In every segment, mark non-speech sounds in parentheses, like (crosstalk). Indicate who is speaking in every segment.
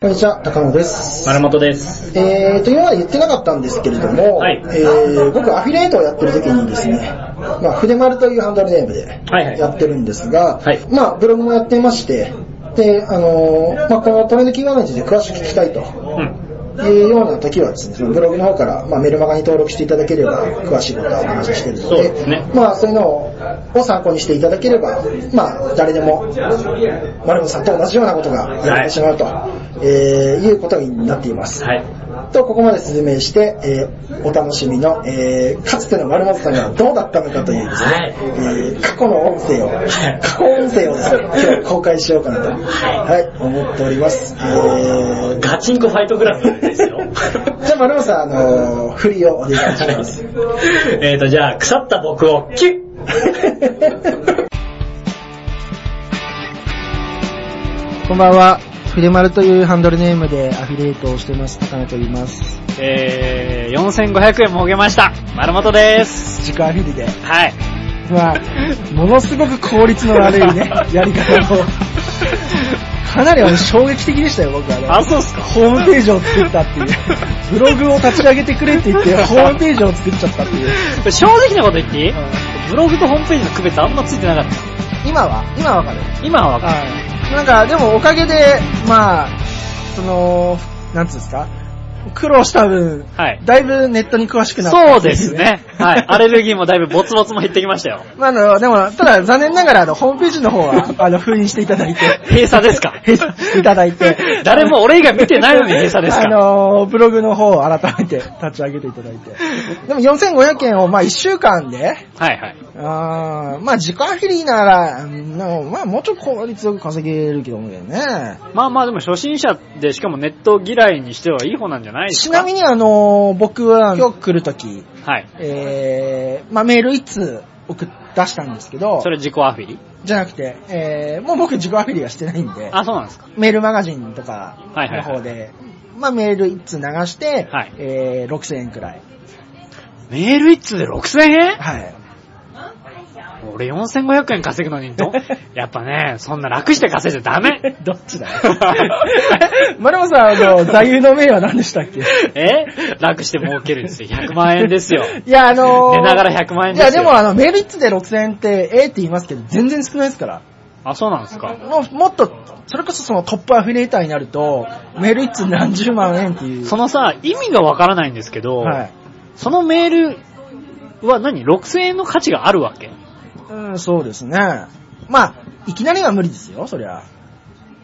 Speaker 1: こんにちは、高野です。
Speaker 2: 丸本です。
Speaker 1: えーと、今まで言ってなかったんですけれども、
Speaker 2: はい
Speaker 1: えー僕アフィリエイトをやってる時にですね、まあ、筆丸というハンドルネームで
Speaker 2: はいはい
Speaker 1: やってるんですが、
Speaker 2: はい
Speaker 1: まあ、ブログもやってまして、で、あのーまあ、このトレンドキーワードについて詳しく聞きたいと
Speaker 2: うん。
Speaker 1: いうような時はですね、そのブログの方から、まあ、メルマガに登録していただければ、詳しいことはお話ししているの
Speaker 2: そう
Speaker 1: で、
Speaker 2: ですね
Speaker 1: まあ、そういうのをを参考にしていただければ、まあ、誰でも、丸本さんと同じようなことがやれてしまうと、えーいうことになっています。
Speaker 2: はい。
Speaker 1: と、ここまで説明して、えーお楽しみの、えーかつての丸本さんがどうだったのかというですね、
Speaker 2: はい
Speaker 1: えー過去の音声を、過去音声をですね、今日公開しようかなと、はい、思っております。えー
Speaker 2: ガチンコファイトグラブですよ。
Speaker 1: じゃあ、丸本さん、あのー、振りをお願いします。
Speaker 2: えーと、じゃあ、腐った僕をキュッ
Speaker 1: こんばんは。フレマルというハンドルネームでアフィリエイトをしてます。高野と言います。
Speaker 3: えー、4500円儲けました。丸本です。
Speaker 1: 自己アフィリで。
Speaker 3: はい。
Speaker 1: まあ、ものすごく効率の悪いね、 (laughs) やり方を。かなりあの衝撃的でしたよ、僕はね。
Speaker 3: あ、そうっすか
Speaker 1: ホームページを作ったっていう。ブログを立ち上げてくれって言って、ホームページを作っちゃったっていう。
Speaker 3: 正直なこと言っていいブログとホームページの区別あんまついてなかっ
Speaker 1: 今は今はわかる。
Speaker 3: た。今はわか
Speaker 1: はい。なんか、でもおかげで、まあ、その、なんつうんですか、苦労した分、
Speaker 3: はい
Speaker 1: だいぶネットに詳しく
Speaker 3: る。
Speaker 1: なった。
Speaker 3: そうです (laughs) ね。はい。アレルギーもだいぶボツボツも減ってきましたよ。
Speaker 1: (laughs) まあ、あの、でも、ただ残念ながら、あの、ホームページの方は、あの、封印していただいて。
Speaker 3: 閉鎖です (laughs) か
Speaker 1: (laughs) 閉鎖していただいて。
Speaker 3: (laughs) 誰も俺以外見てないのに閉鎖ですか
Speaker 1: あの、ブログの方を改めて立ち上げていただいて。でも4500円を、まあ1週間で、
Speaker 3: はいはい。
Speaker 1: あーまあ時間フィリーなら、うんでもまあもうちょっと効率よく稼げるけどもね。
Speaker 3: まあまあでも初心者でしかもネット嫌いにしてはいい方なんじゃないです
Speaker 1: ち
Speaker 3: か
Speaker 1: なみにあのー僕は今日来るとき、
Speaker 3: はい。
Speaker 1: えー、まあメール1通送っ出したんですけど
Speaker 3: そ、れ自己アフィリ
Speaker 1: じゃなくて、えー、もう僕自己アフィリはしてないんで、
Speaker 3: あ、そうなんですか
Speaker 1: メールマガジンとか
Speaker 3: はいはい
Speaker 1: の方で、まあメール1通流して、
Speaker 3: はい
Speaker 1: えー、6000円くらい。
Speaker 3: メール一通で6000円
Speaker 1: はい。
Speaker 3: 俺4500円稼ぐのに
Speaker 1: (laughs)
Speaker 3: ど、やっぱね、そんな楽して稼いじゃダメ
Speaker 1: どっちだよ。 (laughs) 丸本さん、あの、座右の銘は何でしたっけ
Speaker 3: (laughs) (laughs) え楽して儲けるんですよ。100万円ですよ。
Speaker 1: いや、あのー、
Speaker 3: 寝ながら100万円
Speaker 1: い
Speaker 3: ですよ
Speaker 1: や、でもあの、メール1通で6000円って、ええって言いますけど、全然少ないですから。
Speaker 3: あ、そうなんですか。
Speaker 1: もうもっと、それこそそのトップアフィリエーターになると、メール一通何十万円っていう。
Speaker 3: そのさ、意味がわからないんですけど、
Speaker 1: はい。
Speaker 3: そのメールは何 ?6000 円の価値があるわけ
Speaker 1: うん、そうですね。まあ、いきなりは無理ですよ、そりゃ。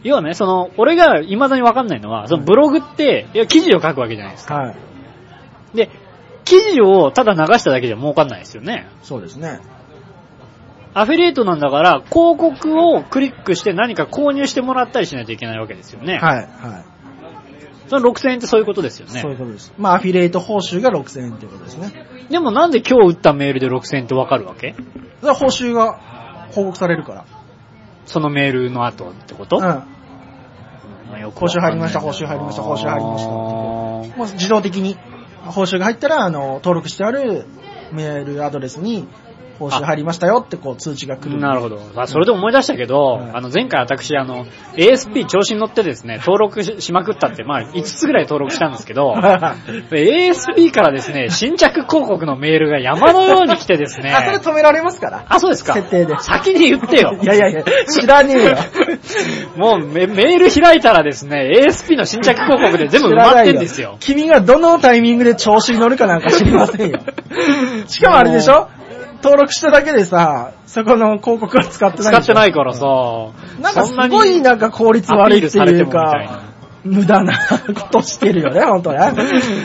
Speaker 3: 要はね、その、俺が未だにわかんないのは、そのブログって、いや、記事を書くわけじゃないですか。
Speaker 1: はい。
Speaker 3: で、記事をただ流しただけじゃ儲かんないですよね。
Speaker 1: そうですね。
Speaker 3: アフィリエイトなんだから、広告をクリックして何か購入してもらったりしないといけないわけですよね。
Speaker 1: はい、は
Speaker 3: その6000円ってそういうことですよ
Speaker 1: い、
Speaker 3: ね
Speaker 1: そう。いうことです。まあ、アフィリエイト報酬が6000円っていうことですね。
Speaker 3: でもなんで今日打ったメールで6000円ってわかるわけ
Speaker 1: それは報酬が報告されるから。
Speaker 3: そのメールの後ってこと、
Speaker 1: うん。報酬入りました、報酬入りました、報酬入りましたって言って。もう自動的に、報酬が入ったら、あの、登録してあるメールアドレスに、報酬入りましたよってこう通知が来る。
Speaker 3: なるほど。あ、それで思い出したけど、
Speaker 1: うん
Speaker 3: あの前回私、あの、ASP 調子に乗ってですね、登録ししまくったって、まあ5つぐらい登録したんですけ
Speaker 1: (laughs)
Speaker 3: ど、で ASP からですね、新着広告のメールが山のように来てですね、
Speaker 1: あ、そ (laughs) れ止められますから。
Speaker 3: あ、そうですか。
Speaker 1: 設定で
Speaker 3: 先に言ってよ
Speaker 1: (laughs) い。やいやいや、知らねえよ。
Speaker 3: (laughs) もうメメール開いたらですね、ASP の新着広告で全部埋まってんですよ。
Speaker 1: 知らない君がどのタイミングで調子に乗るかなんか知りま
Speaker 3: (laughs)
Speaker 1: せんよ。しかもあれでしょ登録しただけでさ、そこの広告は使ってないでしょ。
Speaker 3: 使ってないからさ、
Speaker 1: なんか
Speaker 3: そ
Speaker 1: すごい
Speaker 3: な
Speaker 1: なんか効率悪いっていうか、無駄なことしてるよね、本当
Speaker 3: (laughs)
Speaker 1: ね。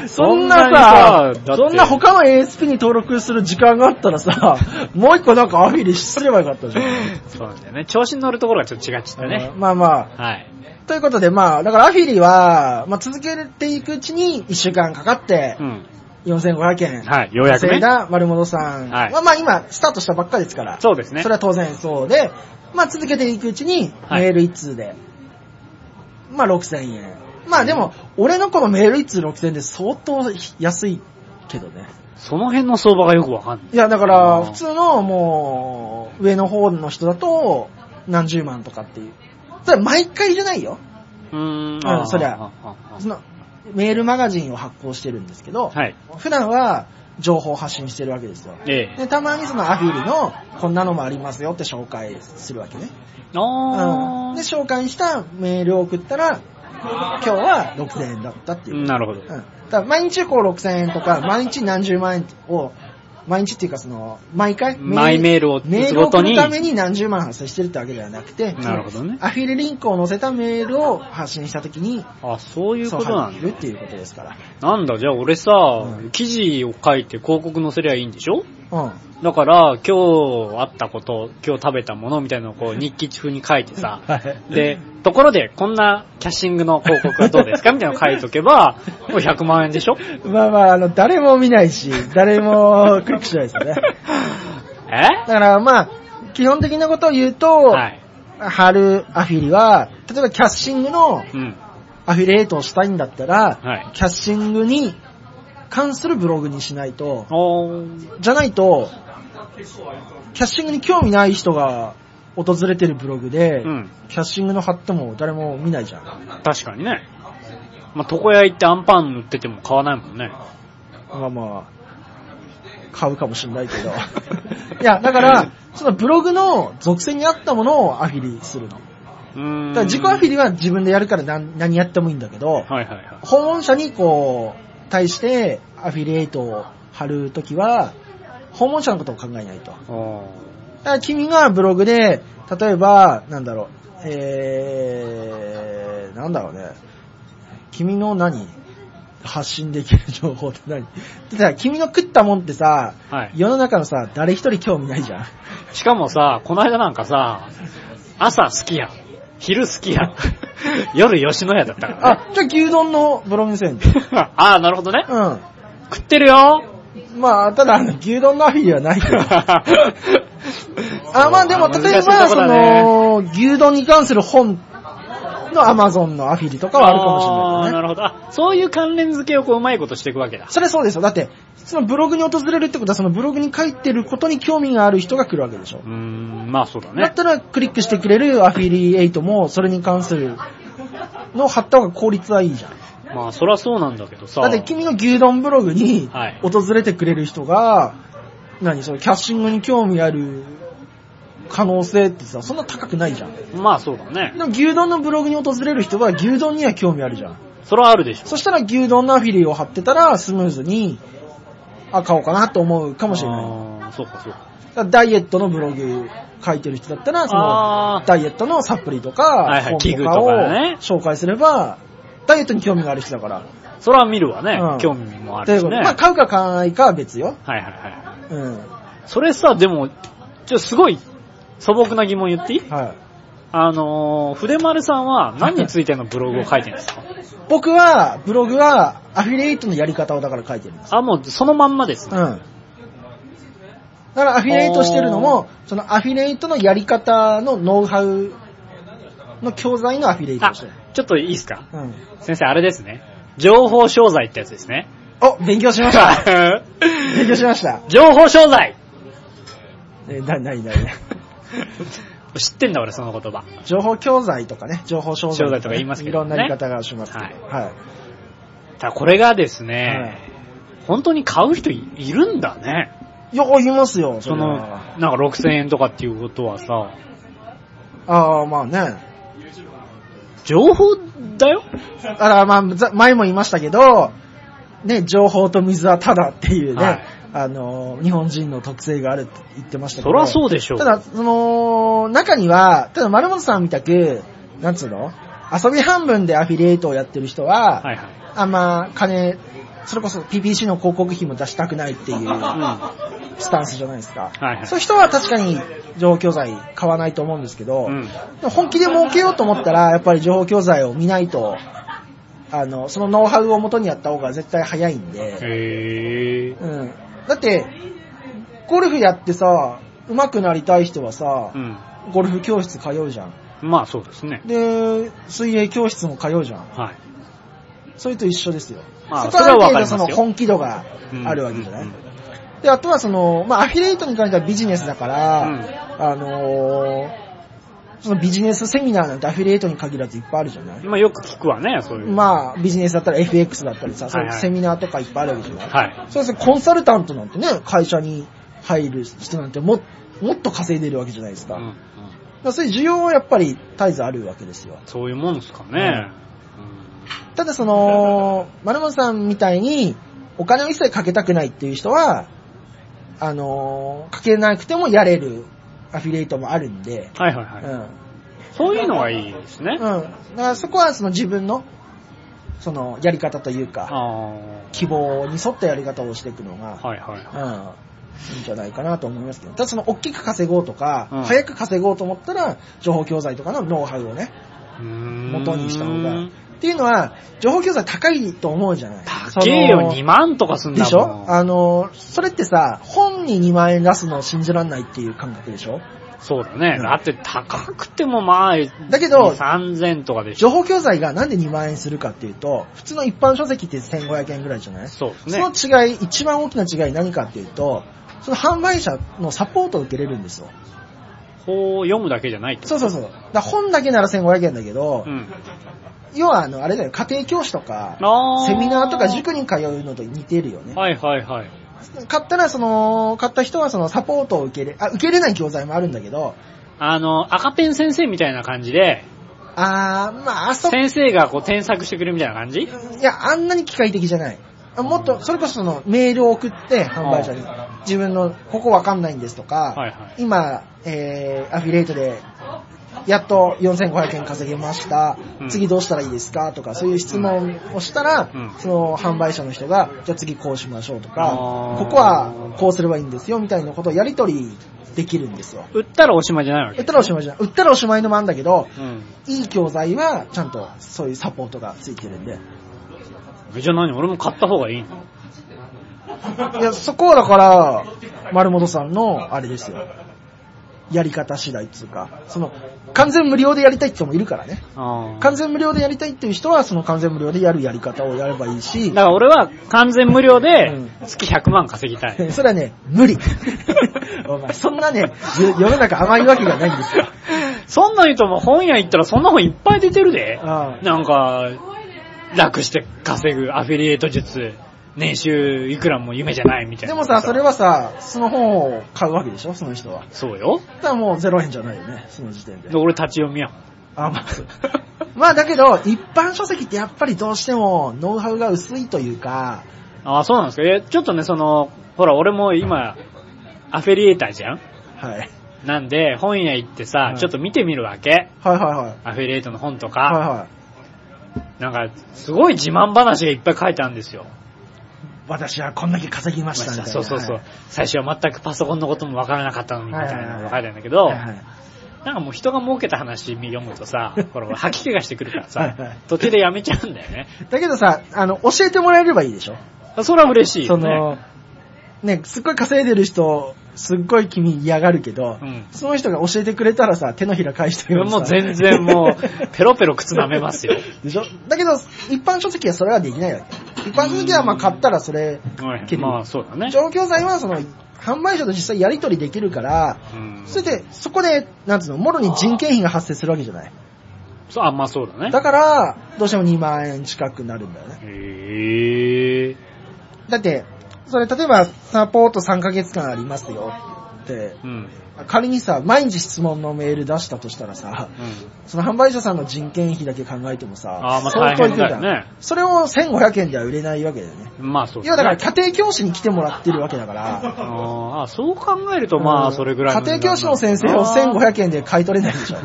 Speaker 1: そんなさ、
Speaker 3: そんなにさだって
Speaker 1: そんな他の ASP に登録する時間があったら
Speaker 3: (laughs)
Speaker 1: さ、もう一個なんかアフィリすればよかったじゃん。
Speaker 3: (laughs) そうなんだよね。調子に乗るところがちょっと違っちゃったね。
Speaker 1: まあまあ、
Speaker 3: はい。
Speaker 1: ということで、まあ、だからアフィリは、まあ続けていくうちに1週間かかって
Speaker 3: う、ん。
Speaker 1: 4500円。
Speaker 3: はい、ようやく
Speaker 1: 稼い
Speaker 3: ね。
Speaker 1: だ丸本さん
Speaker 3: はい
Speaker 1: は、まあ今、スタートしたばっかですから。
Speaker 3: そうですね
Speaker 1: そ。れは当然そうで、まあ続けていくうちに、
Speaker 3: はい
Speaker 1: メール1通で、まあ6000円。まあでも、俺のこのメール1通6000円で相当安いけどね。
Speaker 3: その辺の相場がよくわかんない。
Speaker 1: いや、だから、
Speaker 3: うん
Speaker 1: 普通のもう、上の方の人だと、何十万とかっていう。それ毎回じゃないよ。
Speaker 3: うーん。
Speaker 1: うんそりゃ
Speaker 3: あああ
Speaker 1: そのメールマガジンを発行してるんですけど、
Speaker 3: はい。
Speaker 1: 普段は情報を発信してるわけですよ。
Speaker 3: ええ。
Speaker 1: で、たまにそのアフィリのこんなのもありますよって紹介するわけね。
Speaker 3: あ
Speaker 1: うんで、
Speaker 3: ー
Speaker 1: 紹介したメールを送ったら、今日は6000円だったっていうう。
Speaker 3: んなるほ
Speaker 1: うん。
Speaker 3: ど。
Speaker 1: だから毎日こう6000円とか、毎日何十万円を、毎日っていうかその、毎回、
Speaker 3: マイメールを打
Speaker 1: メー
Speaker 3: つ
Speaker 1: ルを
Speaker 3: ごと
Speaker 1: 送る
Speaker 3: に、
Speaker 1: ために何十万発生してるってわけではなくて、
Speaker 3: なるほどね
Speaker 1: アフィリリンクを載せたメールを発信したときに、
Speaker 3: あ、そういうことな
Speaker 1: そう入っ
Speaker 3: んだ
Speaker 1: てる。っていうことですから。
Speaker 3: なんだ、じゃあ俺さ、
Speaker 1: ん
Speaker 3: 記事を書いて広告載せりゃいいんでしょ
Speaker 1: うん。
Speaker 3: だから、今日あったこと、今日食べたものみたいなのを (laughs) こう日記風に書いてさ、で、ところで、こんなキャッシングの広告はどうですかみたいなの書いとけば、 (laughs) もう100万円でしょ
Speaker 1: まあまあ、あの、誰も見ないし、誰もクリックしないですよ (laughs) ね。だ
Speaker 3: え
Speaker 1: からまあ、基本的なことを言うと、
Speaker 3: はい。
Speaker 1: 貼るアフィリは、例えばキャッシングの
Speaker 3: うん。
Speaker 1: アフィリエイトをしたいんだったら、
Speaker 3: はい
Speaker 1: キャッシングに関するブログにしないと、
Speaker 3: おー。
Speaker 1: じゃないと、キャッシングに興味ない人が訪れてるブログで、
Speaker 3: うん。
Speaker 1: キャッシングの貼っても誰も見ないじゃん。
Speaker 3: 確かにね。まあ、床屋行ってアンパン売ってても買わないもんね。
Speaker 1: まあまあ、買うかもしんないけ
Speaker 3: (laughs)
Speaker 1: ど。いや、だから、そのブログの属性に合ったものをアフィリするの。
Speaker 3: うーん。
Speaker 1: だから自己アフィ
Speaker 3: リ。
Speaker 1: リは自分でやるから何何やってもいいんだけど、
Speaker 3: はいはいは
Speaker 1: 訪問者にこう、対してアフィリエイトを貼るときは、訪問者のことを考えないと。だか
Speaker 3: い。お
Speaker 1: ら君がブログで、例えば、なんだろう、えー、なんだろうね。君の何発信できる情報って何でさ、君の食ったもんってさ、
Speaker 3: ー。はい。
Speaker 1: 世の中のさ、誰一人興味ないじゃん。
Speaker 3: しかもさ、この間なんかさ、朝好きや、昼好きや、 (laughs) 夜吉野家だったから、ね。
Speaker 1: あ、じゃあ牛丼のブログにせん。
Speaker 3: あ (laughs) あー、なるほどね。
Speaker 1: うん。
Speaker 3: 食ってるよ
Speaker 1: まあ、ただ、あの牛丼のアフィリはないけ
Speaker 3: (laughs)
Speaker 1: ど。 (laughs) あ、まあでも、例え
Speaker 3: 難しい
Speaker 1: ば、
Speaker 3: とこ
Speaker 1: そ
Speaker 3: だね
Speaker 1: の、牛丼に関する本の Amazon のアフィリとかはあるかもし
Speaker 3: あー
Speaker 1: れないよね。
Speaker 3: なるほど。あ、そういう関連付けをこう、うまいことしていくわけだ。
Speaker 1: それそうですよ。だって、そのブログに訪れるってことは、そのブログに書いてることに興味がある人が来るわけでしょ
Speaker 3: うー。ん、まあそうだ
Speaker 1: だっ
Speaker 3: ね。
Speaker 1: たら、クリックしてくれるアフィリエイトも、それに関するのを貼った方が効率はいいじゃん。
Speaker 3: まあそりゃそうなんだけどさ。
Speaker 1: だって、君の牛丼ブログに
Speaker 3: はい
Speaker 1: 訪れてくれる人が、何、そのキャッシングに興味ある可能性ってさ、そんな高くないじゃん。
Speaker 3: まあそうだね。
Speaker 1: でも牛丼のブログに訪れる人は牛丼には興味あるじゃん。
Speaker 3: それはあるでしょ。
Speaker 1: そしたら牛丼のアフィリを貼ってたらスムーズに、あ、買おうかなと思うかもしれない。
Speaker 3: あーそうかそうか。
Speaker 1: だからダイエットのブログ書いてる人だったら、そ
Speaker 3: あ
Speaker 1: の
Speaker 3: ー
Speaker 1: ダイエットのサプリと
Speaker 3: はい
Speaker 1: か、
Speaker 3: はい
Speaker 1: 本
Speaker 3: 器具
Speaker 1: と
Speaker 3: と
Speaker 1: かを
Speaker 3: かね
Speaker 1: 紹介すれば、ダイエットに興味がある人だから。
Speaker 3: それは見るわね。
Speaker 1: うん
Speaker 3: 興味もあ
Speaker 1: という
Speaker 3: るし
Speaker 1: こと
Speaker 3: ね。
Speaker 1: でまあ買うか買わないかは別よ。
Speaker 3: はいはいはい。
Speaker 1: うん。
Speaker 3: それさ、でも、ちょ、すごい素朴な疑問言っていい
Speaker 1: はい。
Speaker 3: あのー、筆丸さんは何についてのブログを書いてるんですか
Speaker 1: 僕は、ブログはアフィリエイトのやり方をだから書いてるんです
Speaker 3: あ、もうそのまんまです
Speaker 1: う
Speaker 3: ね。
Speaker 1: ん。だからアフィリエイトしてるのも、そのアフィリエイトのやり方のノウハウの教材のアフィリエイト
Speaker 3: あ、
Speaker 1: をしてる。
Speaker 3: ちょっといいですか
Speaker 1: うん。
Speaker 3: 先生、あれですね。情報商材ってやつですね。
Speaker 1: お、勉強しました。 (laughs)
Speaker 3: (laughs)
Speaker 1: 勉強しました。
Speaker 3: 情報商材 (laughs)
Speaker 1: えー、なになになに
Speaker 3: 知ってんだ俺、その言葉。
Speaker 1: 情報教材とかね、情報商材
Speaker 3: 商材とか言いますけ
Speaker 1: い
Speaker 3: ど
Speaker 1: ろ
Speaker 3: ね
Speaker 1: んな言い方がしますけど。はい。
Speaker 3: ただこれがです
Speaker 1: はい
Speaker 3: ね、本当に買う人いいるんだね。
Speaker 1: いや、言いますよ、
Speaker 3: そ
Speaker 1: そ
Speaker 3: の、
Speaker 1: の。
Speaker 3: なんか6000円とかっていうことはさ、
Speaker 1: ああ、まあね。
Speaker 3: 情報だよ
Speaker 1: だからまあ、ざ前も言いましたけど、ね、情報と水はただっていうね、
Speaker 3: はい
Speaker 1: あのー、日本人の特性があるって言ってましたけ
Speaker 3: そ
Speaker 1: ど。
Speaker 3: りゃそうでしょう。
Speaker 1: ただ、その、中には、ただ丸本さんみたく、なんつうの遊び半分でアフィリエイトをやってる人は、
Speaker 3: はいはい。
Speaker 1: あんま金、それこそ PPC の広告費も出したくないっていう
Speaker 3: うん。
Speaker 1: スタンスじゃないですか。
Speaker 3: はいはい
Speaker 1: そういう人は確かに情報教材買わないと思うんですけど、
Speaker 3: うん
Speaker 1: でも本気で儲けようと思ったら、やっぱり情報教材を見ないと、あの、そのノウハウを元にやった方が絶対早いんで、
Speaker 3: へー。
Speaker 1: うん。だって、ゴルフやってさ、上手くなりたい人はさ、
Speaker 3: うん。
Speaker 1: ゴルフ教室通うじゃん。
Speaker 3: まあそうですね。
Speaker 1: で、水泳教室も通うじゃん。
Speaker 3: はい。
Speaker 1: それと一緒ですよ。
Speaker 3: まあ
Speaker 1: そこはある程度
Speaker 3: そ
Speaker 1: そ
Speaker 3: れはわかりま
Speaker 1: の
Speaker 3: すよ
Speaker 1: 本気度が
Speaker 3: うん
Speaker 1: あるわけじゃない、
Speaker 3: うん
Speaker 1: で、あとはその、まあアフィリエイトに関してはビジネスだから、
Speaker 3: うん
Speaker 1: あのーそのビジネスセミナーなんてアフィリエイトに限らずいっぱいあるじゃない
Speaker 3: まあよく聞くわね、そういう。
Speaker 1: まあ、ビジネスだったら FX だったりさ、そういう
Speaker 3: はいはい
Speaker 1: セミナーとかいっぱいあるわけじゃない、
Speaker 3: はい。
Speaker 1: そうですね、コンサルタントなんてね、会社に入る人なんても、もっと稼いでるわけじゃないです
Speaker 3: う
Speaker 1: か。
Speaker 3: んうん
Speaker 1: だからそういう需要はやっぱり絶えずあるわけですよ。
Speaker 3: そういうもんですかね。
Speaker 1: ただその、丸本さんみたいに、お金を一切かけたくないっていう人は、あのーかけなくてもやれるアフィリエイトもあるんで、
Speaker 3: はいは
Speaker 1: う
Speaker 3: いはい。
Speaker 1: ん。
Speaker 3: そういうのがいいです
Speaker 1: うん。
Speaker 3: ね。
Speaker 1: だからそこはその自分の、その、やり方というか、
Speaker 3: あ
Speaker 1: 希望に沿ったやり方をしていくのが
Speaker 3: あ、、はいはい。
Speaker 1: うん、いいんじゃないかなと思いますけど、ただその、大きく稼ごうとか、
Speaker 3: うん
Speaker 1: 早く稼ごうと思ったら、情報教材とかのノウハウをね、元
Speaker 3: 元
Speaker 1: にした方が。っていうのは、情報教材高いと思うじゃない
Speaker 3: 高えよ、
Speaker 1: その
Speaker 3: 2万とかすんだも
Speaker 1: で
Speaker 3: ん。
Speaker 1: しょあの、それってさ、本に2万円出すのを信じらんないっていう感覚でしょ
Speaker 3: そうだね。
Speaker 1: うん
Speaker 3: だって高くてもまあ、
Speaker 1: だけど
Speaker 3: 2 3000とかでし
Speaker 1: 情
Speaker 3: ょ。
Speaker 1: 報教材がなんで2万円するかっていうと、普通の一般書籍って1500円ぐらいじゃない
Speaker 3: そうですね。
Speaker 1: その違い、一番大きな違い何かっていうと、その販売者のサポートを受けれるんですよ。
Speaker 3: こう読むだけじゃないってこ
Speaker 1: そうそうそう。だから本だけなら1500円だけど
Speaker 3: と。、うん。
Speaker 1: 要はあの、あれだよ、家庭教師とか、
Speaker 3: あ
Speaker 1: セミナーとか塾に通うのと似てるよね。
Speaker 3: はいはいはい。
Speaker 1: 買ったらその、買った人はそのサポートを受けれ、あ、受けれない教材もあるんだけど、
Speaker 3: あの、赤ペン先生みたいな感じで、
Speaker 1: あー、まあ、あそこ
Speaker 3: 先生がこう添削してくれるみたいな感じ
Speaker 1: いや、あんなに機械的じゃない。あもっと、それこそその、メールを送って、販売者に。自分の、ここわかんないんですとか、
Speaker 3: はいはい
Speaker 1: 今、えー、アフィリエイトで、やっと4500円稼げました、
Speaker 3: うん
Speaker 1: 次どうしたらいいですかとか、そういう質問をしたら、
Speaker 3: うん
Speaker 1: その、販売者の人が、じゃあ次こうしましょうとか、
Speaker 3: あー
Speaker 1: ここはこうすればいいんですよ、みたいなことをやりとりできるんですよ。
Speaker 3: 売ったらおしまいじゃないわ
Speaker 1: 売っ
Speaker 3: け。
Speaker 1: たらおしまいじゃん。売ったらおしまいのもあんだけど、
Speaker 3: うん。
Speaker 1: いい教材は、ちゃんと、そういうサポートがついてるんで。
Speaker 3: じゃあ何俺も買った方がいいの
Speaker 1: いや、そこはだから、丸本さんの、あれですよ。やり方次第っていうか、その、完全無料でやりたいって人もいるからね。
Speaker 3: あー
Speaker 1: 完全無料でやりたいっていう人は、その完全無料でやるやり方をやればいいし
Speaker 3: だ、から俺は完全無料で
Speaker 1: うん
Speaker 3: 月100万稼ぎたい。
Speaker 1: それはね、無
Speaker 3: (laughs)
Speaker 1: 理。 (laughs) お前、そんなね、世世の中甘いわけがないんですよ。
Speaker 3: (laughs) そんなん言うともう本屋行ったらそんな本いっぱい出てるで。
Speaker 1: あ
Speaker 3: なんか、楽して稼ぐアフィリエイト術、年収いくらも夢じゃないみたい
Speaker 1: で
Speaker 3: な。
Speaker 1: もさ、それ。はさ、その本を買うわけでしょ、その人は。
Speaker 3: そうよ。
Speaker 1: だからもう0円じゃないよね、その時点で
Speaker 3: で。俺立ち読みやもん。
Speaker 1: あ、まあ、 (laughs) まあだけど、一般書籍ってやっぱりどうしても、ノウハウが薄いというか、
Speaker 3: ああ、そうなんですか。え、ちょっとね、その、ほら、俺も今、アフィリエイターじゃん
Speaker 1: はい。
Speaker 3: なんで、本屋行ってさ
Speaker 1: は、い
Speaker 3: ちょっと見てみるわけ。
Speaker 1: はいはいはい。
Speaker 3: アフィリエイトの本と
Speaker 1: はい
Speaker 3: か。
Speaker 1: はい。
Speaker 3: なんか、すごい自慢話がいっぱい書いてあるんですよ。
Speaker 1: 私はこんだけ稼ぎましたみたいな。
Speaker 3: そうそうそう。
Speaker 1: はい
Speaker 3: 最初は全くパソコンのこともわからなかったのに、みたいなのが書いてあるんだけど、
Speaker 1: はいはい
Speaker 3: なんかもう人が儲けた話読む
Speaker 1: (laughs)
Speaker 3: とさ、これ俺吐き気がしてくるから
Speaker 1: は
Speaker 3: さ
Speaker 1: いはい、
Speaker 3: 途中でやめちゃうんだよね。
Speaker 1: だけどさ、あの、教えてもらえればいいでしょ
Speaker 3: それは嬉しい
Speaker 1: そ
Speaker 3: よね。
Speaker 1: の、ね、すっごい稼いでる人、すっごい君嫌がるけど、
Speaker 3: うん
Speaker 1: その人が教えてくれたらさ、手のひら返して
Speaker 3: もう全然も
Speaker 1: (laughs)
Speaker 3: う、ペロペロ靴舐めますよ。
Speaker 1: でしょだけど、一般書籍はそれはできないわけ。一般書籍はまあ買ったらそれ、
Speaker 3: はい
Speaker 1: けど
Speaker 3: まあそうだね。
Speaker 1: 状況材はその、販売者と実際やり取りできるから、
Speaker 3: うん
Speaker 1: それで、そこで、なんつうの、もろに人件費が発生するわけじゃない。
Speaker 3: そうあ、まあそうだね
Speaker 1: だ。から、どうしても2万円近くなるんだよね。
Speaker 3: へえ。
Speaker 1: だって、それ例えばサポート3ヶ月間ありますよって、
Speaker 3: うん。
Speaker 1: 仮にさ、毎日質問のメール出したとしたらさ、
Speaker 3: うん。
Speaker 1: その販売者さんの人件費だけ考えても
Speaker 3: あ
Speaker 1: さ
Speaker 3: ー、まあ
Speaker 1: 相当いくじゃ
Speaker 3: 大変だよ
Speaker 1: ん
Speaker 3: ね。
Speaker 1: それを1500円では売れないわけだよね。
Speaker 3: まあそう
Speaker 1: いやだから
Speaker 3: ね
Speaker 1: 家庭教師に来てもらってるわけだから、
Speaker 3: あーあ、そう考えるとまあそれぐらいの
Speaker 1: 家庭教師の先生を
Speaker 3: あー
Speaker 1: 1500円で買い取れないでしょ。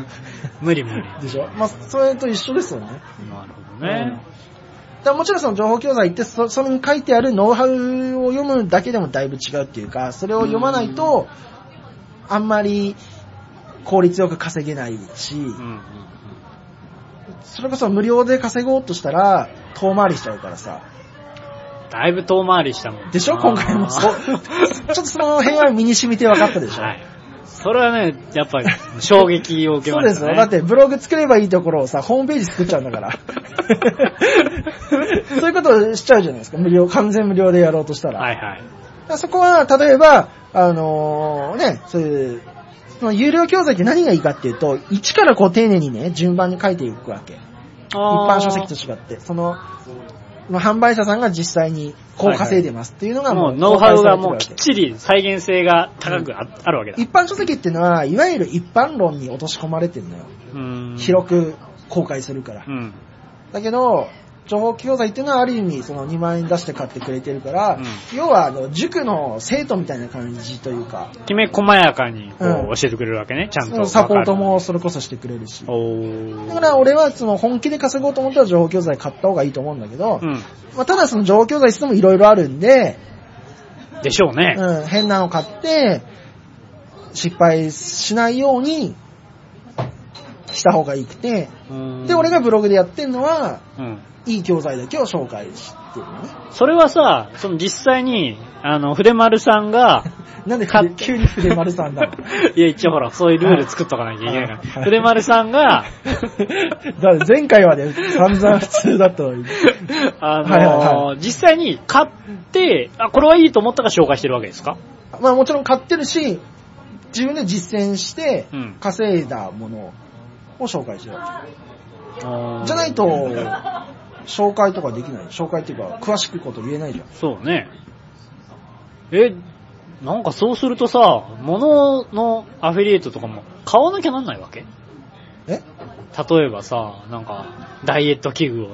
Speaker 3: 無理無理。
Speaker 1: (laughs) でしょまあ、それと一緒ですよね。
Speaker 3: なるほ
Speaker 1: う
Speaker 3: ど
Speaker 1: ん
Speaker 3: ね。
Speaker 1: だからもちろんその情報教材ってそ、それに書いてあるノウハウを読むだけでもだいぶ違うっていうか、それを読まないと、あんまり効率よく稼げないし、
Speaker 3: うんうんうん。
Speaker 1: それこそ無料で稼ごうとしたら、遠回りしちゃうからさ。
Speaker 3: だいぶ遠回りしたもんな。
Speaker 1: でしょ今回も (laughs) そう。
Speaker 3: (laughs)
Speaker 1: ちょっとその辺は身に染みて分かったでしょ、
Speaker 3: はい。それはね、やっぱり衝撃を受け
Speaker 1: そう
Speaker 3: ま
Speaker 1: で
Speaker 3: し
Speaker 1: す
Speaker 3: た
Speaker 1: よ。
Speaker 3: ね。
Speaker 1: だってブログ作ればいいところをさ、ホームページ作っちゃうんだ
Speaker 3: (laughs)
Speaker 1: から。そういうことしちゃうじゃないですか。無料、完全無料でやろうとしたら。
Speaker 3: はいはい。
Speaker 1: だからそこは、例えば、あのーね、そういう、その有料教材って何がいいかっていうと、1からこう丁寧にね、順番に書いていくわけ。
Speaker 3: 一
Speaker 1: 一般書籍と違って、その、まあ販売者さんが実際にこう稼いでますっていうのが
Speaker 3: もうノ
Speaker 1: 公
Speaker 3: ウハ
Speaker 1: 開
Speaker 3: ウ
Speaker 1: され
Speaker 3: が
Speaker 1: てる
Speaker 3: も
Speaker 1: わ
Speaker 3: う
Speaker 1: け
Speaker 3: きっちり再現性が高くあ,、るわけだ。
Speaker 1: 一般書籍っていうのは、いわゆる一般論に落とし込まれてるのよ。
Speaker 3: うん
Speaker 1: 広く公開するから
Speaker 3: う。ん。
Speaker 1: だけど、情報教材っていうのはある意味その2万円出して買ってくれてるから、
Speaker 3: う
Speaker 1: 要はあの塾の生徒みたいな感じというか、
Speaker 3: きめ細やかにこ
Speaker 1: うん
Speaker 3: う教えてくれるわけね、ちゃん
Speaker 1: そ
Speaker 3: と。
Speaker 1: のサポート。もそれこそしてくれるし。
Speaker 3: お
Speaker 1: だ
Speaker 3: ー
Speaker 1: から俺はその本気で稼ごうと思ったら情報教材買った方がいいと思うんだけど、
Speaker 3: う
Speaker 1: まあ、ただその情報教材っていうのもいろいろあるんで、
Speaker 3: ん。でしょうね。
Speaker 1: うん、変なの買って、失敗しないようにした方がいいくて、
Speaker 3: うん
Speaker 1: で、俺がブログでやってるのは、
Speaker 3: うん。
Speaker 1: いい教材だけを紹介してるのね。
Speaker 3: それはさ、その実際に、あの、筆丸さ
Speaker 1: (laughs)
Speaker 3: んが、
Speaker 1: なん
Speaker 3: (laughs)
Speaker 1: で
Speaker 3: 買っ
Speaker 1: 急に筆丸さんだ
Speaker 3: (laughs) いや、一応ほら、そういうルール作っとかなきゃいけないから。
Speaker 1: はい
Speaker 3: 筆丸さ
Speaker 1: (laughs)
Speaker 3: んが、
Speaker 1: だって前回はね、散々普通だったのに。
Speaker 3: あのー
Speaker 1: はいはい
Speaker 3: 実際に買って、あ、これはいいと思ったから紹介してるわけですか
Speaker 1: まあもちろん買ってるし、自分で実践して
Speaker 3: うん、
Speaker 1: 稼いだものを紹介してるわ
Speaker 3: じ
Speaker 1: け。
Speaker 3: ゃ
Speaker 1: じゃないと、紹介とかできない。紹介っていうか、詳しくこと言えないじゃん。
Speaker 3: そうね。え、なんかそうするとさ、物のアフィリエイトとかも買わなきゃなんないわけ
Speaker 1: え
Speaker 3: 例えばさ、なんか、ダイエット器具を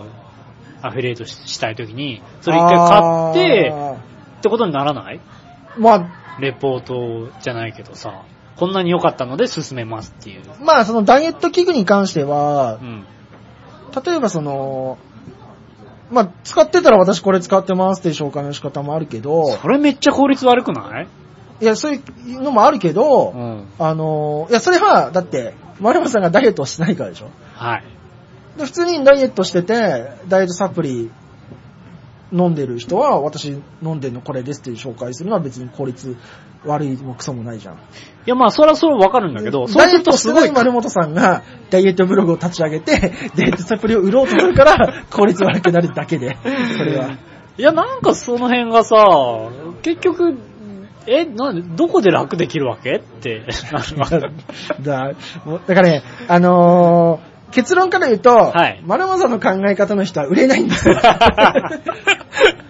Speaker 3: アフィリエイトししたいときに、それ一回買って、
Speaker 1: あ
Speaker 3: ってことにならない
Speaker 1: ーまあ、
Speaker 3: レポートじゃないけどさ、こんなに良かったので進めますっていう。
Speaker 1: まあそのダイエット器具に関しては
Speaker 3: う、ん。
Speaker 1: 例えばその、まあ使ってたら私これ使ってますっていう紹介の仕方もあるけど、
Speaker 3: それめっちゃ効率悪くない
Speaker 1: いや、そういうのもあるけど、
Speaker 3: うん。
Speaker 1: あの、いや、それは、だって、丸山さんがダイエットをしてないからでしょ
Speaker 3: はい。
Speaker 1: で普通にダイエットしてて、ダイエットサプリ飲んでる人は、私飲んでるのこれですっていう紹介するのは別に効率悪いもクソもないじゃん。
Speaker 3: いやまあそれはそうわかるんだけど、そう
Speaker 1: ダイ
Speaker 3: す
Speaker 1: エ
Speaker 3: る
Speaker 1: ット
Speaker 3: と
Speaker 1: し
Speaker 3: す
Speaker 1: て
Speaker 3: ご
Speaker 1: ないい丸本さんがダイエットブログを立ち上げて、ダイエットサプリを売ろうとするから、効率悪くなるだけで、それ
Speaker 3: (laughs)
Speaker 1: は。
Speaker 3: いや、なんかその辺がさ、結局、え、な、どこで楽できるわけって (laughs) なるわけ。
Speaker 1: だもうだからね、あのー結論から言うと、
Speaker 3: はい
Speaker 1: 丸山さんの考え方の人は売れないんです
Speaker 3: (laughs)
Speaker 1: よ。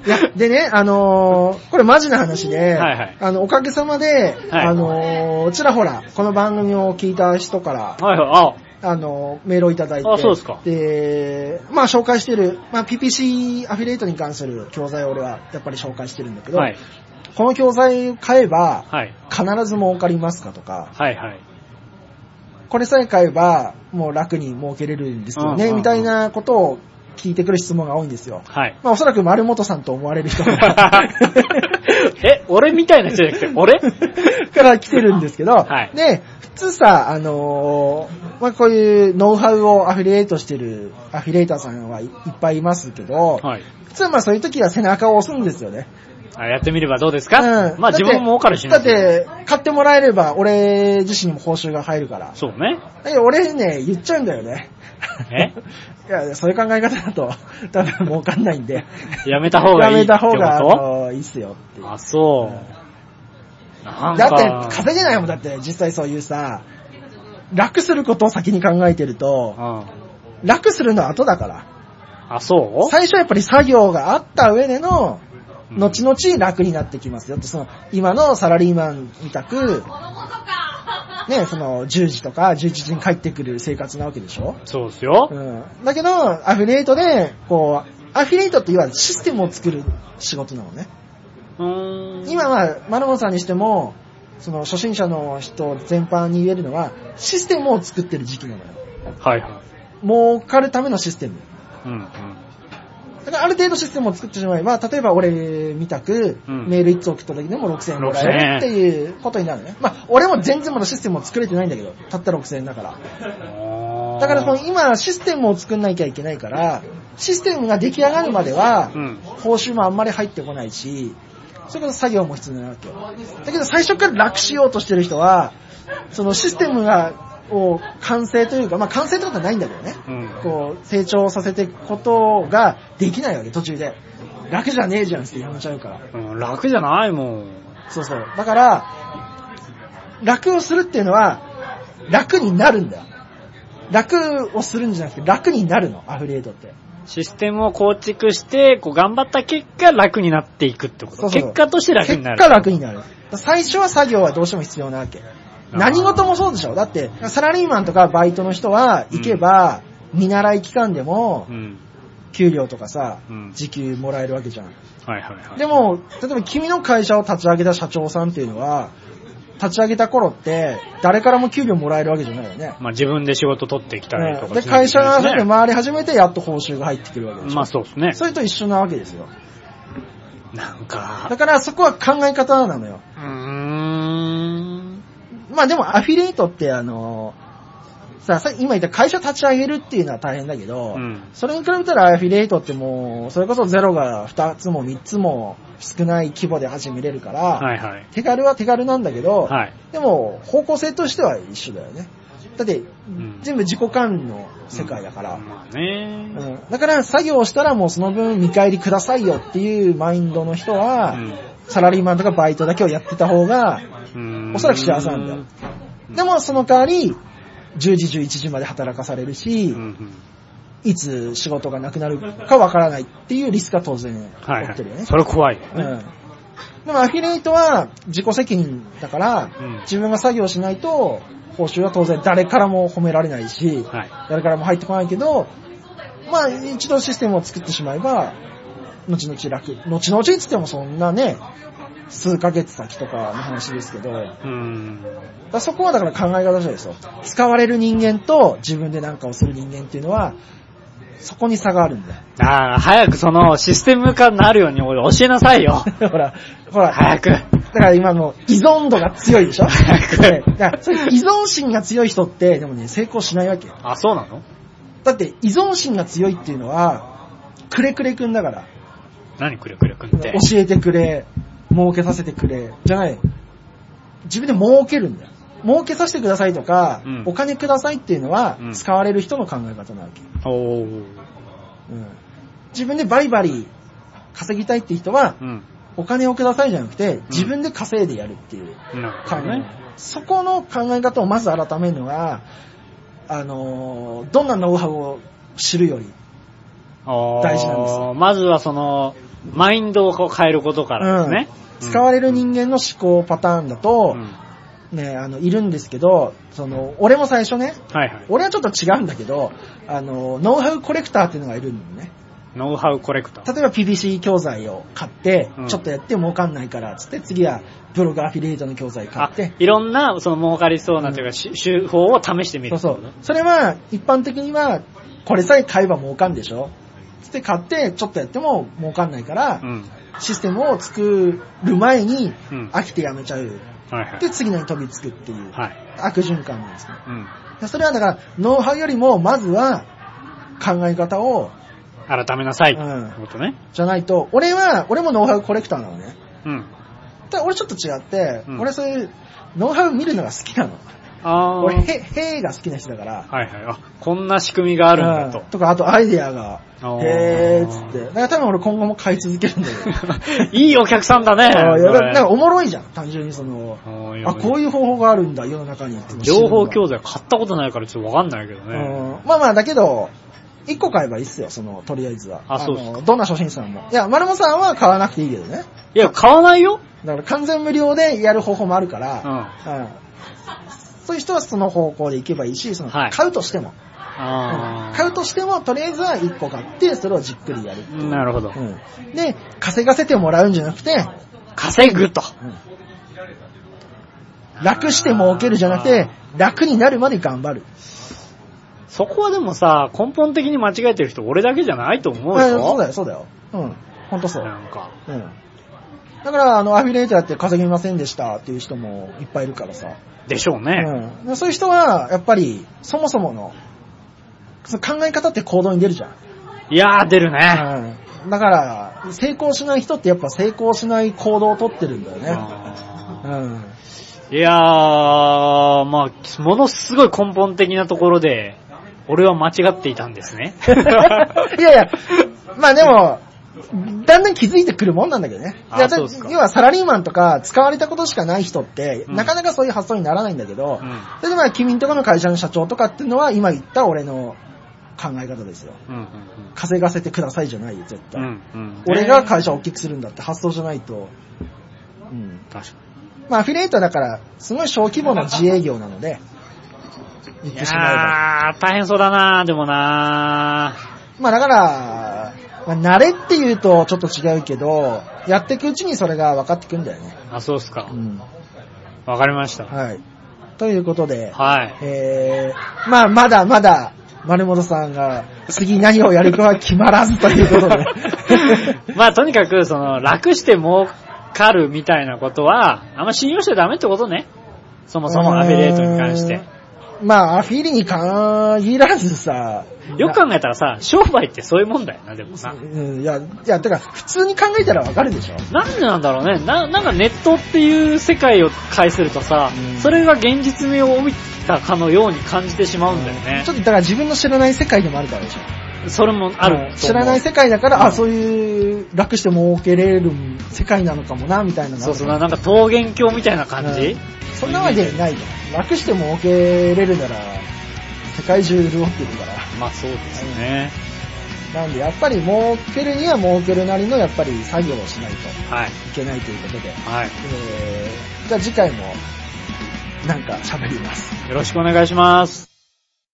Speaker 1: いや、でね、あのーこれマジな話で、
Speaker 3: はいはい
Speaker 1: あの、おかげさまで、
Speaker 3: はい
Speaker 1: あのーちらほら、この番組を聞いた人から、
Speaker 3: はいはい、
Speaker 1: あのーメールをいただいて、
Speaker 3: あそうですか
Speaker 1: で、まあ紹介してる、まあ PPC アフィリエイトに関する教材を俺はやっぱり紹介してるんだけ
Speaker 3: あ、
Speaker 1: ど、
Speaker 3: はい、
Speaker 1: この教材を買えば、
Speaker 3: はい、
Speaker 1: 必ず儲かりますかとか、
Speaker 3: はい、はい。
Speaker 1: これさえ買えば、もう楽に儲けれるんですよ
Speaker 3: うん
Speaker 1: ね、
Speaker 3: うん
Speaker 1: みたいなことを聞いてくる質問が多いんですよ。
Speaker 3: はい。 (laughs)
Speaker 1: まあおそらく丸本さんと思われる人
Speaker 3: え、俺みたいな人じゃなくて、 (laughs) 俺 (laughs)
Speaker 1: (laughs) から来てるんですけど、
Speaker 3: はい
Speaker 1: で、普通さ、あのーまあこういうノウハウをアフィリエイトしてるアフィリエイターさんはいいっぱいいますけど、
Speaker 3: はい。
Speaker 1: 普通はまあそういう時は背中を押すんですよね。
Speaker 3: あやってみればどうですか、
Speaker 1: うん
Speaker 3: まあ
Speaker 1: だって
Speaker 3: 自分も儲かるしね
Speaker 1: だって、買ってもらえれば俺自身にも報酬が入るから。
Speaker 3: そうね。
Speaker 1: だけど俺ね、言っちゃうんだよね。
Speaker 3: え
Speaker 1: (laughs) いや、そういう考え方だと、多分儲かんないんで。
Speaker 3: やめた方がいい
Speaker 1: やめた方
Speaker 3: っ
Speaker 1: が、あ
Speaker 3: てこと
Speaker 1: のいいっすよっていう。
Speaker 3: あ、そう。なん
Speaker 1: だ
Speaker 3: か
Speaker 1: って、稼げないもん、だって、実際そういうさ、楽することを先に考えてると
Speaker 3: う、ん。
Speaker 1: 楽するのは後だから。
Speaker 3: あ、そう
Speaker 1: 最初はやっぱり作業があった上での、
Speaker 3: うん
Speaker 1: 後々楽になってきますよって、その、今のサラリーマンみたく、ね、その、10時とか11時に帰ってくる生活なわけでしょ
Speaker 3: そうですよ。
Speaker 1: うんだけど、アフィリエイトで、こう、アフィリエイトっていわゆるシステムを作る仕事なのね。
Speaker 3: うーん。
Speaker 1: 今は、マルモさんにしても、その初心者の人全般に言えるのは、システムを作ってる時期なのよ。
Speaker 3: はいはい。
Speaker 1: 儲かるためのシステム。
Speaker 3: うん、うん。
Speaker 1: だからある程度システムを作ってしまえば、例えば俺みたく、
Speaker 3: うん
Speaker 1: メール1通送った時でも6000円もらえるっていうことになるね。まあ、俺も全然まだシステムを作れてないんだけど、たった6000円だから。だからその今システムを作んなきゃいけないから、システムが出来上がるまでは
Speaker 3: う、ん。
Speaker 1: 報酬もあんまり入ってこないし、それこそ作業も必要なわけよ。だけど最初から楽しようとしてる人は、そのシステムが、を完成というか、まあ完成ってことはないんだけどね。
Speaker 3: うん。
Speaker 1: こう、成長させていくことができないわけ、途中で。楽じゃねえじゃんって言われちゃうから。
Speaker 3: うん楽じゃないもん。
Speaker 1: そうそう。だから、楽をするっていうのは、楽になるんだよ。楽をするんじゃなくて、楽になるの、アフリエイトって。
Speaker 3: システムを構築して、こう頑張った結果楽になっていくってこと。
Speaker 1: そうそうそう
Speaker 3: 結果として楽になる。
Speaker 1: 結果楽になる。最初は作業はどうしても必要なわけ。
Speaker 3: ー
Speaker 1: 何事もそうでしょだって、サラリーマンとかバイトの人は行けば、見習い期間でも
Speaker 3: う、ん。
Speaker 1: 給料とかさ
Speaker 3: うん、
Speaker 1: 時給もらえるわけじゃん。
Speaker 3: はいはいはい。
Speaker 1: でも、例えば君の会社を立ち上げた社長さんっていうのは、立ち上げた頃って、誰からも給料もらえるわけじゃないよね。
Speaker 3: まあ自分で仕事取ってきたりと
Speaker 1: うん
Speaker 3: か
Speaker 1: で、
Speaker 3: しなきゃ
Speaker 1: 会
Speaker 3: いけ
Speaker 1: 社
Speaker 3: な
Speaker 1: が
Speaker 3: いですね
Speaker 1: 回り始めて、やっと報酬が入ってくるわけでしょ。
Speaker 3: まあそうですね。
Speaker 1: それと一緒なわけですよ。
Speaker 3: なんか
Speaker 1: だ、からそこは考え方なのよ。
Speaker 3: うーん。
Speaker 1: まあでもアフィリエイトってあの、さ、さ今言った会社立ち上げるっていうのは大変だけど、
Speaker 3: うん
Speaker 1: それに比べたらアフィリエイトってもう、それこそゼロが2つも3つも少ない規模で始めれるから、
Speaker 3: はいはい。
Speaker 1: 手軽は手軽なんだけど、
Speaker 3: はい。
Speaker 1: でも方向性としては一緒だよね。だって、
Speaker 3: ん
Speaker 1: 全部自己管理の世界だから、
Speaker 3: まあね。
Speaker 1: うんだから作業をしたらもうその分見返りくださいよっていうマインドの人は、サラリーマンとかバイトだけをやってた方が、
Speaker 3: うん
Speaker 1: おそらく幸せなんだよ。でもその代わり、10時11時まで働かされるし、
Speaker 3: うんうん
Speaker 1: いつ仕事がなくなるかわからないっていうリスクは当然
Speaker 3: はい
Speaker 1: 起
Speaker 3: は
Speaker 1: きてるよね。
Speaker 3: い。それ怖いよ
Speaker 1: う
Speaker 3: ね。
Speaker 1: ん。でもアフィリエイトは自己責任だから、
Speaker 3: うん
Speaker 1: 自分が作業しないと、報酬は当然誰からも褒められないし、
Speaker 3: はい。
Speaker 1: 誰からも入ってこないけど、まあ一度システムを作ってしまえば、後々楽。後々って言ってもそんなね、数ヶ月先とかの話ですけど、
Speaker 3: うん。
Speaker 1: だからそこはだから考え方次第ですよ。使われる人間と自分で何かをする人間っていうのは、そこに差があるんだよ。 (laughs)
Speaker 3: ああ、早くそのシステム化になるように俺教えなさ
Speaker 1: (laughs)
Speaker 3: いよ。
Speaker 1: ほら、ほら、
Speaker 3: 早く。
Speaker 1: だから今の依存度が強いでしょ
Speaker 3: 早
Speaker 1: ね
Speaker 3: く
Speaker 1: だからそういう依存心が強い人って、でもね、成功しないわけよ。
Speaker 3: あ、そうなの
Speaker 1: だって依存心が強いっていうのは、くれくれくんだから。
Speaker 3: 何くれくれくんって。
Speaker 1: 教えてくれ、儲けさせてくれ、じゃない。自分で儲けるんだよ。儲けさせてくださいとか、
Speaker 3: うん
Speaker 1: お金くださいっていうのは
Speaker 3: う、ん
Speaker 1: 使われる人の考え方なわけ。
Speaker 3: お
Speaker 1: う
Speaker 3: ー。
Speaker 1: ん自分でバリバリ稼ぎたいって人は、
Speaker 3: うん。
Speaker 1: お金をくださいじゃなくて、自分で稼いでやるっていう
Speaker 3: なる
Speaker 1: 考
Speaker 3: ほ
Speaker 1: え、
Speaker 3: どね。
Speaker 1: そこの考え方をまず改めるのが、あのーどんなノウハウを知るより、大
Speaker 3: 大
Speaker 1: 事なんですよ
Speaker 3: まずはその、マインドをこう変えることからですね。
Speaker 1: うん使われる人間の思考パターンだと
Speaker 3: うん、うん
Speaker 1: ね、あの、いるんですけど、その、俺も最初ね、
Speaker 3: はいはい。
Speaker 1: 俺はちょっと違うんだけど、あの、ノウハウコレクターっていうのがいるんだよね。
Speaker 3: ノウハウコレクター。
Speaker 1: 例えば PBC 教材を買って
Speaker 3: う、ん
Speaker 1: ちょっとやって儲かんないから、つって次はブログアフィリエイトの教材買
Speaker 3: あ
Speaker 1: って、、
Speaker 3: いろんな、その儲かりそうなというか、し手法を試してみ
Speaker 1: そ
Speaker 3: る。
Speaker 1: うそう。それは、一般的には、これさえ買えば儲かんでしょつって買って、ちょっとやっても儲かんないから
Speaker 3: う、ん。
Speaker 1: システムを作る前に
Speaker 3: うん、
Speaker 1: 飽きてやめちゃう。
Speaker 3: はいはい
Speaker 1: で、。次のに飛びつくっていう、
Speaker 3: はい。
Speaker 1: 悪循環なんですね。
Speaker 3: うん。
Speaker 1: それはだから、ノウハウよりも、まずは、考え方を、
Speaker 3: 改めなさい。
Speaker 1: うん
Speaker 3: ってことね。
Speaker 1: じゃないと、俺は、俺もノウハウコレクターなのね。
Speaker 3: うん。
Speaker 1: ただ俺ちょっと違って、
Speaker 3: うん
Speaker 1: 俺そういう、ノウハウ見るのが好きなの。
Speaker 3: あー。
Speaker 1: 俺、へ、へーが好きな人だから。
Speaker 3: はいはい。あ、こんな仕組みがあるんだ
Speaker 1: うん
Speaker 3: と。
Speaker 1: とか、あとアイデアが、
Speaker 3: あー
Speaker 1: へーっつって。だから多分俺今後も買い続けるんだけど
Speaker 3: (laughs) いいお客さんだね。
Speaker 1: あーいやだ
Speaker 3: こ
Speaker 1: か
Speaker 3: れ
Speaker 1: らなんかおもろいじゃん、単純にその、
Speaker 3: あ
Speaker 1: あ、こう
Speaker 3: いう。
Speaker 1: いう方法があるんだ、世の中にっていうのを知るのが。
Speaker 3: 情報教材買ったことないからちょっとわかんないけど
Speaker 1: う
Speaker 3: ね。
Speaker 1: んまあまあ、だけど、一個買えばいいっすよ、その、とりあえずは。
Speaker 3: あそうっすか
Speaker 1: のどんな初心者さんも。いや、丸本さんは買わなくていいけどね。
Speaker 3: いや、買わないよ。
Speaker 1: だから完全無料でやる方法もあるから、
Speaker 3: ん。
Speaker 1: うんそういう人はその方向で行けばいいし、その、
Speaker 3: はい
Speaker 1: 買うとしても、う
Speaker 3: あ
Speaker 1: ん
Speaker 3: ー。
Speaker 1: 買うとしても、とりあえずは一個買って、それをじっくりやるっていう。
Speaker 3: なるほど。
Speaker 1: うんで、稼がせてもらうんじゃなくて、
Speaker 3: 稼ぐと。
Speaker 1: 楽して儲けるじゃなくて、楽になるまで頑張る。
Speaker 3: そこはでもさ、根本的に間違えてる人俺だけじゃないと思う
Speaker 1: あ
Speaker 3: よ。
Speaker 1: そうだよ、そうだよ。うん。ほんとそう。
Speaker 3: なんか。
Speaker 1: うん。だから、あの、アフィリエイトやって稼ぎませんでしたっていう人もいっぱいいるからさ。
Speaker 3: でしょうね。
Speaker 1: うんで。そういう人は、やっぱり、そもそもの、その考え方って行動に出るじゃん。
Speaker 3: いやー、出るね。
Speaker 1: うん。だから、成功しない人ってやっぱ成功しない行動をとってるんだよね。
Speaker 3: あ
Speaker 1: うん。
Speaker 3: ーいやー、まあ、ものすごい根本的なとこ
Speaker 1: (laughs)。
Speaker 3: ろで、俺は間違っていたんですね
Speaker 1: いやいや、まあでも、だんだん気づいてくるもんなんだけどね。
Speaker 3: あ
Speaker 1: で私
Speaker 3: そうっすか
Speaker 1: 要はサラリーマンとか使われたことしかない人って、
Speaker 3: うん
Speaker 1: なかなかそういう発想にならないんだけど、
Speaker 3: うん
Speaker 1: 例えば君んとこの会社の社長とかっていうのは今言った俺の考え方ですよ。
Speaker 3: うん
Speaker 1: 稼がせてくださいじゃないよ、絶
Speaker 3: う
Speaker 1: 対。
Speaker 3: んうん。うん
Speaker 1: 俺が会社を大きくするんだって発想じゃないと。うん。
Speaker 3: 確か
Speaker 1: まあアフィリエイトはだから、すごい小規模の自営業なので、言
Speaker 3: に。
Speaker 1: っ
Speaker 3: い
Speaker 1: てしまえば。
Speaker 3: やー、大変そうだなー、でもな
Speaker 1: まあだから、まあ慣れって言うとちょっと違うけど、やっていくうちにそれが分かってくんだよね。
Speaker 3: ー。あ、そうっすか
Speaker 1: う。ん。
Speaker 3: わかりました。
Speaker 1: はい。ということで、
Speaker 3: はい。
Speaker 1: えー、まあまだまだ、丸本さんが次何をやるかは決まらずということで。
Speaker 3: (laughs) まあとにかく、その、楽して儲かるみたいなことは、あんま信用しちゃダメってことね。そもそもアフィリエイトに関して。
Speaker 1: うん。まあ、アフィリに限らずさ、
Speaker 3: よく考えたらさ、商売ってそういうもんだよな、でもさ。
Speaker 1: うん、いや、いや、てか、普通に考えたらわかるでしょ。
Speaker 3: なんでなんだろうね。な、なんかネットっていう世界を介するとさ
Speaker 1: うん、
Speaker 3: それが現実味を帯びたかのように感じてしまうんだよね
Speaker 1: ちょ。っとだから自分の知らない世界でもあるからでしょ。
Speaker 3: それもあると思う。
Speaker 1: 知らない世界だから、
Speaker 3: うん
Speaker 1: あ、そういう、楽して儲けれる世界なのかもな、みたいなのが
Speaker 3: そうそう、ななんか桃源郷みたいな感
Speaker 1: う
Speaker 3: じ
Speaker 1: んそんなわけないじゃん。楽して儲けれるなら、世界中潤ってるから。
Speaker 3: まあそうですね。
Speaker 1: なんで、やっぱり儲けるには儲けるなりの、やっぱり作業をしないと
Speaker 3: はい。
Speaker 1: いけないということで。
Speaker 3: はい。
Speaker 1: えー、じゃあ次回も、なんか喋ります。
Speaker 3: よろしくお願いします。